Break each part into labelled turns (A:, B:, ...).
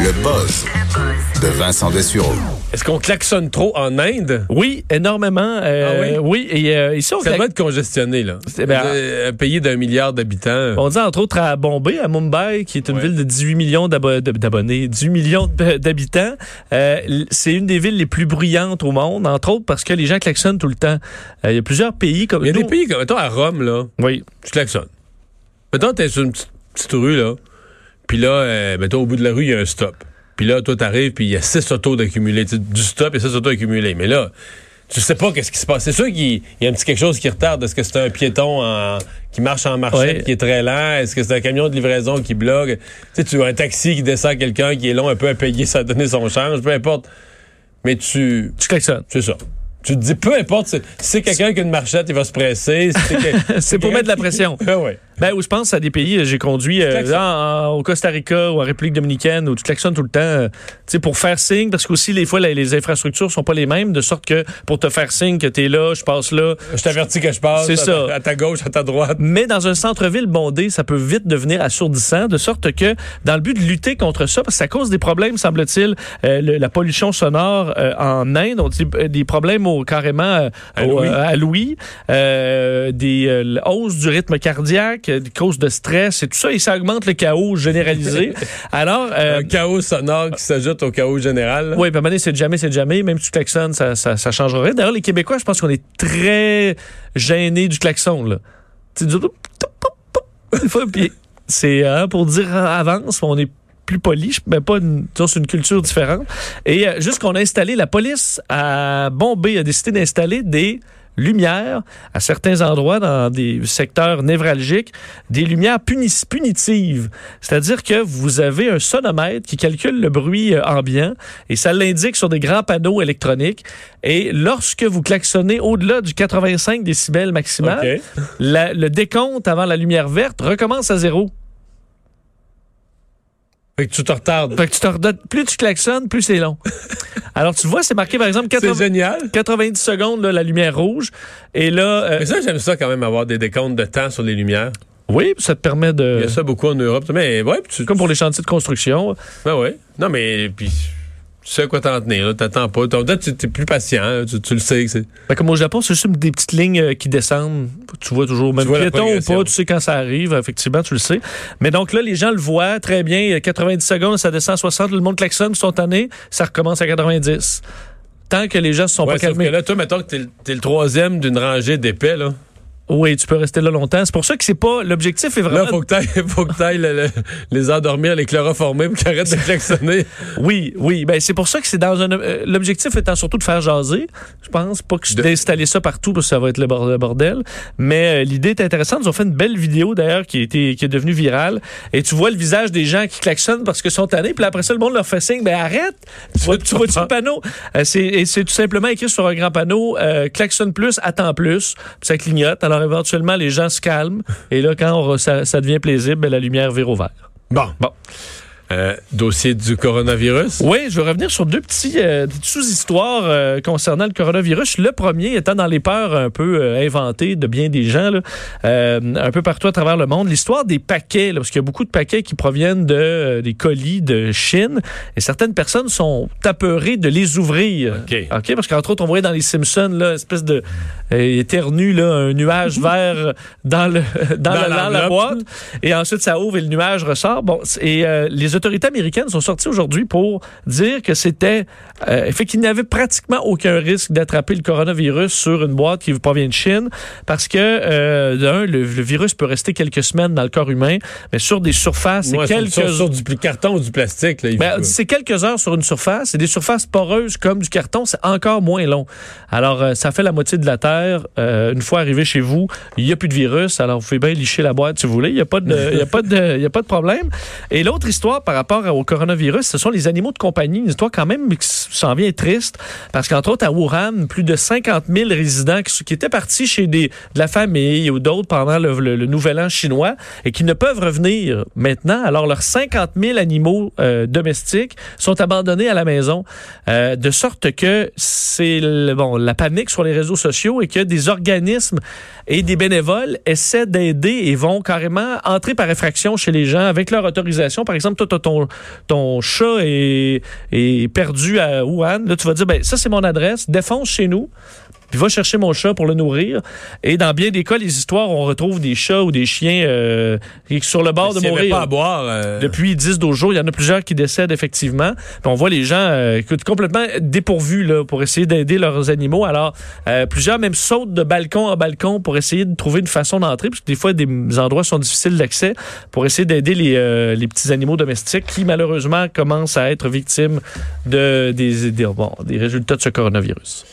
A: Le buzz de Vincent Dessureau.
B: Est-ce qu'on klaxonne trop en Inde?
C: Oui, énormément. euh, oui? et euh, ici, on,
B: Ah Ça
C: cla-
B: doit être congestionné, là.
C: C'est- ben,
B: Euh, un pays d'un milliard d'habitants.
C: on dit entre autres à Bombay, à Mumbai, qui est une
B: Ouais.
C: ville de 18 millions d'abo- d'ab- d'abonnés, 18 millions d'ab- d'habitants. Euh, l- c'est une des villes les plus bruyantes au monde, entre autres parce que les gens klaxonnent tout le temps. Euh, Il y a plusieurs pays comme
B: Il y a
C: nous-
B: des pays comme, mettons, à Rome, là,
C: Oui,
B: tu klaxonnes. Mettons, t'es sur une petite, petite rue, là, puis là, euh, mettons, au bout de la rue, il y a un stop. Puis là, toi, t'arrives, puis il y a six autos d'accumulés. Tu- Du stop, et six autos accumulées. Mais là, tu sais pas qu'est-ce qui se passe. C'est sûr qu'il il y a un petit quelque chose qui retarde. Est-ce que c'est un piéton en- qui marche en marchette,
C: Ouais.
B: qui est très lent? Est-ce que c'est un camion de livraison qui bloque? Tu sais, tu as un taxi qui descend quelqu'un qui est long un peu à payer, ça a donné son change, peu importe. Mais tu...
C: tu klaxonnes.
B: C'est ça. Tu te dis, peu importe, c'est- si c'est quelqu'un qui a une marchette, il va se presser. si quel-
C: C'est pour mettre de la pression.
B: Ah ouais.
C: Ben, où je pense à des pays, euh, j'ai conduit euh,
B: klaxonnes.
C: en- en- au Costa Rica ou en République dominicaine où tu klaxonnes tout le temps euh, tu sais, pour faire signe, parce qu'aussi, des fois, la- les infrastructures sont pas les mêmes, de sorte que pour te faire signe que tu es là, je passe là.
B: Je t'avertis que je passe.
C: C'est
B: à ta-
C: ça.
B: À ta gauche, à ta droite.
C: Mais dans un centre-ville bondé, ça peut vite devenir assourdissant, de sorte que, dans le but de lutter contre ça, parce que ça cause des problèmes, semble-t-il, euh, le- la pollution sonore euh, en Inde, on dit euh, des problèmes au, carrément euh,
B: À
C: au-
B: Louis.
C: euh, à Louis, euh, des euh, l- hausses du rythme cardiaque, euh, des causes de stress et tout ça, et ça augmente le chaos généralisé. Alors, euh,
B: Un chaos sonore qui s'ajoute au chaos général.
C: oui, puis à un moment donné, c'est jamais, c'est jamais. Même si tu klaxonnes, ça, ça, ça changera rien. D'ailleurs, les Québécois, je pense qu'on est très gênés du klaxon. Là. Tu dis... Toup, toup, toup. Des fois, puis C'est euh, pour dire euh, avance, on est plus poli, je- mais pas une, disons, c'est une culture différente. Et euh, juste qu'on a installé, la police à Bombay a décidé d'installer des lumières à certains endroits dans des secteurs névralgiques, des lumières punis- punitives. C'est-à-dire que vous avez un sonomètre qui calcule le bruit euh, ambiant et ça l'indique sur des grands panneaux électroniques. Et lorsque vous klaxonnez au-delà du 85 décibels maximal,
B: OK.
C: la- le décompte avant la lumière verte recommence à zéro.
B: Fait que tu te retardes.
C: Fait que tu te redonnes- plus tu klaxonnes, plus c'est long. Alors tu vois, c'est marqué par exemple
B: C'est
C: 80
B: génial.
C: 90 secondes là, la lumière rouge et là euh,
B: Mais ça, j'aime ça quand même, avoir des décomptes de temps sur les lumières.
C: oui, ça te permet
B: Il y
C: de
B: a ça beaucoup en Europe. Mais ouais, puis tu.
C: comme pour les chantiers de construction.
B: Ben ouais. Non, mais puis tu sais à quoi t'en tenir. là. T'attends pas. Ton- Peut-être que tu es plus patient. hein. Tu, tu le sais. que c'est-
C: Ben, comme au Japon, c'est juste des petites lignes euh, qui descendent. Tu vois toujours, même
B: vois la
C: piéton ou
B: progression.
C: pas, tu sais quand ça arrive. Effectivement, tu le sais. Mais donc là, les gens le voient très bien. euh, 90 secondes, ça descend à 60. Le monde klaxonne, ils sont tannés. Ça recommence à 90. Tant que les gens se sont
B: Ouais,
C: pas
B: sauf que
C: calmés.
B: là, toi, mettons que t'es le- t'es le troisième d'une rangée d'épais, là.
C: Oui, tu peux rester là longtemps. C'est pour ça que c'est pas l'objectif est vraiment.
B: Là, faut que t'ailles, faut que t'ailles le- le- les endormir, les chloroformer pour qu'ils arrêtent de klaxonner.
C: Oui, oui. Ben c'est pour ça que c'est dans un euh, l'objectif étant surtout de faire jaser. Je pense pas que je-
B: De-
C: d'installer ça partout parce que ça va être le bor- le bordel. Mais euh, l'idée est intéressante. Ils ont fait une belle vidéo d'ailleurs qui a été qui est devenue virale et tu vois le visage des gens qui klaxonnent parce que sont tannés. Puis là, après ça, le monde leur fait signe. Ben arrête. Tu vois, tu vois le panneau. Euh, c'est et c'est tout simplement écrit sur un grand panneau. euh, klaxonne plus, attends plus. Puis ça clignote. Alors éventuellement les gens se calment et là quand on re- ça, ça devient plaisible, ben, la lumière vire au vert.
B: Bon.
C: Bon.
B: Euh, dossier du coronavirus.
C: Oui, je veux revenir sur deux petits euh, petites sous-histoires euh, concernant le coronavirus. Le premier étant dans les peurs un peu euh, inventées de bien des gens, là, euh, un peu partout à travers le monde. L'histoire des paquets, là, parce qu'il y a beaucoup de paquets qui proviennent de, euh, des colis de Chine, et certaines personnes sont apeurées de les ouvrir.
B: OK.
C: OK, parce qu'entre autres, on voyait dans les Simpsons, là, espèce de euh, éternu, là, un nuage vert dans, le, dans,
B: Dans
C: la- dans la
B: l'enveloppe.
C: boîte. Et ensuite, ça ouvre et le nuage ressort. Bon, c- et euh, les autorités américaines sont sorties aujourd'hui pour dire que c'était, euh, fait qu'il n'y avait pratiquement aucun risque d'attraper le coronavirus sur une boîte qui provient de Chine, parce que euh, d'un, le, le virus peut rester quelques semaines dans le corps humain, mais sur des surfaces
B: Moi,
C: et
B: sur-
C: quelques
B: sur, sur du pl- carton ou du plastique. Là, il-
C: ben, c'est quelques heures sur une surface et des surfaces poreuses comme du carton, c'est encore moins long. Alors, euh, ça fait la moitié de la Terre. Euh, une fois arrivé chez vous, il n'y a plus de virus. Alors, vous pouvez bien licher la boîte si vous voulez. Il n'y a, pas de- il y a, pas de- il y a pas de problème. Et l'autre histoire par rapport au coronavirus, ce sont les animaux de compagnie. Une histoire quand même qui s- s'en vient triste parce qu'entre autres, à Wuhan, plus de 50 000 résidents qui, s- qui étaient partis chez des, de la famille ou d'autres pendant le, le- le nouvel an chinois et qui ne peuvent revenir maintenant. Alors, leurs 50 000 animaux euh, domestiques sont abandonnés à la maison, euh, de sorte que c'est le- bon, la panique sur les réseaux sociaux et que des organismes et des bénévoles essaient d'aider et vont carrément entrer par effraction chez les gens avec leur autorisation. Par exemple, toi, t'as ton, ton chat est, est perdu à Wuhan, là, tu vas dire, ben, ça, c'est mon adresse, défonce chez nous puis va chercher mon chat pour le nourrir. Et dans bien des cas, les histoires, on retrouve des chats ou des chiens euh, qui sont sur le bord
B: S'il
C: de
B: y avait
C: mourir.
B: pas à boire. euh,
C: Depuis 10-12 jours, il y en a plusieurs qui décèdent effectivement. Puis on voit les gens euh, écoute, complètement dépourvus là, pour essayer d'aider leurs animaux. Alors, euh, plusieurs même sautent de balcon en balcon pour essayer de trouver une façon d'entrer, parce que des fois, des endroits sont difficiles d'accès, pour essayer d'aider les, euh, les petits animaux domestiques qui, malheureusement, commencent à être victimes de, des, des- bon, des résultats de ce coronavirus.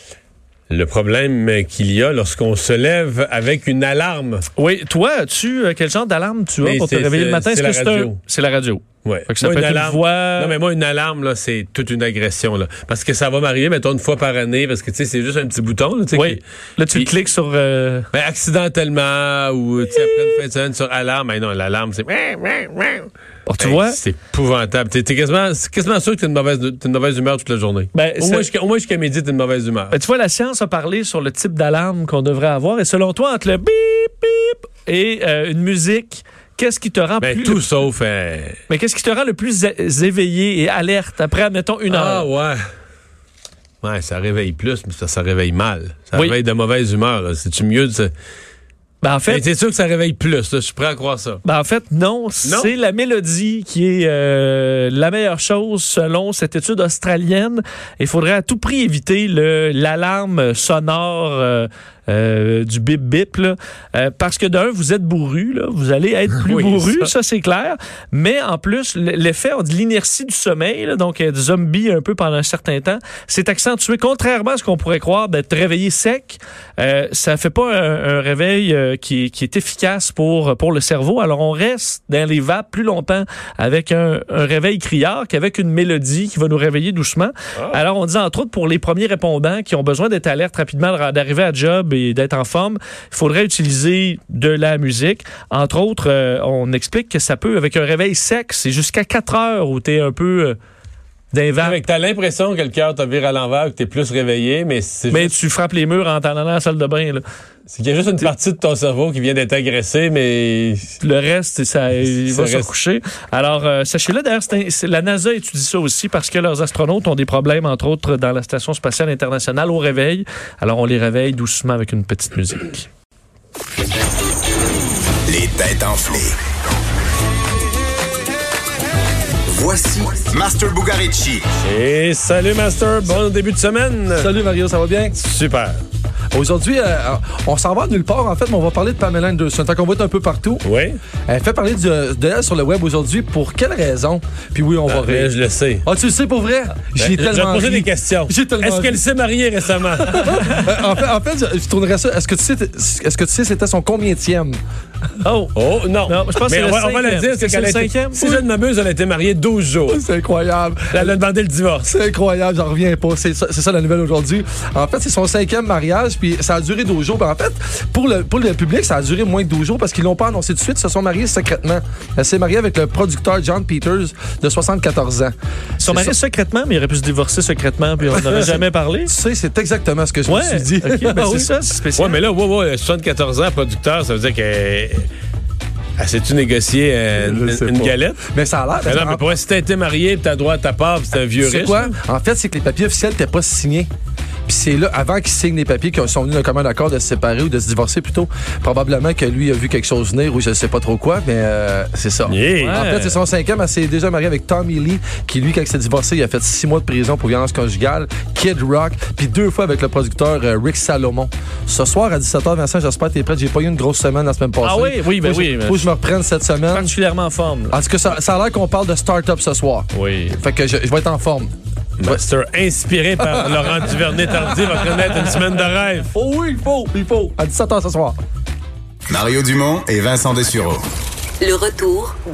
B: Le problème euh, qu'il y a lorsqu'on se lève avec une alarme.
C: Oui, toi, tu euh, quel genre d'alarme tu as
B: Mais
C: pour te
B: c'est-
C: réveiller le
B: c'est-
C: matin
B: c'est
C: Est-ce
B: la
C: que c'est un-
B: radio.
C: C'est la radio.
B: Ouais.
C: Fait que ça
B: Moi,
C: peut être une
B: alarme-
C: voix-
B: Non, mais moi, une alarme, là, c'est toute une agression, là. Parce que ça va m'arriver, mettons, une fois par année, parce que, tu sais, c'est juste un petit bouton, là, tu sais,
C: Oui.
B: qui-
C: Là, tu
B: Puis-
C: cliques sur. euh,
B: Ben, accidentellement, ou, tu sais, après une fin de semaine sur alarme. Mais non, l'alarme, c'est. Tu
C: oh, tu vois
B: C'est épouvantable. T'es, t'es quasiment, c'est quasiment sûr que t'es une mauvaise, t'es une mauvaise humeur toute la journée.
C: Ben,
B: au,
C: c'est-
B: moins jusqu'à, au moins jusqu'à midi, t'es une mauvaise humeur.
D: Euh,
C: Ben, tu vois, la science a parlé sur le type d'alarme qu'on devrait avoir. Et selon toi, entre le bip, bip et euh, une musique, qu'est-ce qui te rend
B: Ben,
C: plus.
B: tout sauf. euh,
C: Mais qu'est-ce qui te rend le plus é- éveillé et alerte après, mettons, une
B: Ah,
C: heure?
B: ouais. Ouais, ça réveille plus, mais ça, ça réveille mal. Ça
C: Oui.
B: réveille de mauvaise humeur, là. C'est-tu mieux de. se-
C: Ben, en
B: Ben,
C: fait,
B: t'es sûr que ça réveille plus, là. Je suis prêt à croire ça.
C: ben, en fait, non. C'est la mélodie qui est euh, la meilleure chose selon cette étude australienne. Il faudrait à tout prix éviter le- l'alarme sonore euh, euh, du bip bip. là. Euh, parce que d'un, vous êtes bourru, là. vous allez être plus
B: Oui,
C: bourru,
B: ça.
C: ça, c'est clair. Mais en plus, l- l'effet on dit, de l'inertie du sommeil, là, donc euh, du zombie un peu pendant un certain temps, c'est accentué. Contrairement à ce qu'on pourrait croire d'être réveillé sec, euh, ça fait pas un, un réveil euh, qui, qui est efficace pour, pour le cerveau. Alors on reste dans les vapes plus longtemps avec un, un réveil criard qu'avec une mélodie qui va nous réveiller doucement. Ah. Alors on dit entre autres pour les premiers répondants qui ont besoin d'être alertes rapidement, d'arriver à job et d'être en forme, il faudrait utiliser de la musique. Entre autres, euh, on explique que ça peut, avec un réveil sec, c'est jusqu'à 4 heures où tu es un peu euh, d'un vague.
B: Fait que t'as l'impression que le cœur te vire à l'envers, que t'es plus réveillé, mais c'est
C: Mais
B: juste-
C: tu frappes les murs en t'en allant à la salle de bain. là.
B: c'est qu'il y a juste une partie de ton cerveau qui vient d'être agressée, mais
C: Le reste, ça, il
B: Ça
C: va se
B: reste-
C: coucher. Alors, euh, sachez-le, d'ailleurs, c'est un- c'est- la NASA étudie ça aussi parce que leurs astronautes ont des problèmes, entre autres, dans la Station spatiale internationale au réveil. Alors, on les réveille doucement avec une petite musique.
A: Les têtes enflées. Voici Master Bugarici.
B: Et salut Master, bon début de semaine.
D: Salut Mario, ça va bien?
B: Super.
D: Aujourd'hui, euh, on s'en va nulle part en fait, mais on va parler de Pamela Anderson. Tant qu'on va être un peu partout,
B: Oui.
D: elle fait parler de, de elle sur le web aujourd'hui. Pour quelle raison? Puis oui, on va
B: Euh, Mais je
D: rire.
B: le sais.
D: Ah, tu le sais pour vrai? J'ai
B: Je vais te
D: tellement
B: poser
D: ri.
B: des questions.
D: J'ai tellement
B: Est-ce qu'elle
D: ri.
B: s'est mariée récemment
D: Euh, en fait, en fait, je, je tournerais ça. Est-ce que tu sais, est-ce que tu sais c'était son combienième?
C: Oh!
B: Oh non.
C: Non, je pense que
B: Mais
C: c'est
B: on,
C: le
B: va, on va le
C: cinquième.
B: dire, c'est
C: C'est
B: qu'elle
C: le
B: a été-
C: cinquième?
B: Si
C: Oui.
B: je ne m'abuse, elle a été mariée 12 jours.
D: C'est incroyable.
B: Elle a demandé le divorce.
D: C'est incroyable, j'en reviens pas. C'est ça, c'est ça la nouvelle aujourd'hui. En fait, c'est son cinquième mariage, puis ça a duré 12 jours. Puis en fait, pour le, pour le public, ça a duré moins de 12 jours parce qu'ils l'ont pas annoncé tout de suite. Ils se sont mariés secrètement. Elle s'est mariée avec le producteur John Peters de 74 ans.
C: Ils sont
D: C'est
C: mariés
D: ça.
C: secrètement, mais ils auraient pu se divorcer secrètement, puis on n'aurait jamais parlé.
D: Tu sais, c'est exactement ce que je
C: Ouais!
D: me suis dit.
C: ok, ben
D: Ah
C: c'est
D: oui.
C: ça, c'est spécial.
B: Ouais, mais là, ouais, ouais, 74 ans, producteur, ça veut dire qu'elle. Elle s'est-tu négocié euh,
D: Je sais
B: une, une
D: pas.
B: galette?
D: Mais ça a
B: Mais
D: l'air.
B: Ben non, mais pour elle, si t'as été marié, puis t'as droit à ta part, puis t'es un vieux
D: Tu sais
B: riche.
D: quoi? En fait, c'est que les papiers officiels n'étaient pas signés. Puis c'est là, avant qu'ils signent les papiers, qu'ils sont venus d'un commun accord de se séparer ou de se divorcer plutôt. Probablement que lui a vu quelque chose venir ou je sais pas trop quoi, mais euh, c'est ça.
B: Yeah.
D: En fait, c'est son cinquième. Elle s'est déjà mariée avec Tommy Lee, qui lui, quand il s'est divorcé, il a fait six mois de prison pour violence conjugale, Kid Rock, puis deux fois avec le producteur euh, Rick Salomon. Ce soir à 17h, Vincent, j'espère que t'es prêt. J'ai pas eu une grosse semaine la semaine passée.
C: Ah oui, oui, ben
D: Faut que je-
C: oui, mais-
D: Faut que je me reprenne cette semaine.
C: particulièrement en forme. là.
D: En tout cas, ça, ça a l'air qu'on parle de start-up ce soir.
B: Oui.
D: Fait que je- je vais être en forme.
B: Master inspiré par Laurent Duvernay-Tardy va connaître une semaine de rêve.
D: Oh oui, il faut, il faut. À 17h ce soir.
A: Mario Dumont et Vincent Dessureau.
E: Le retour de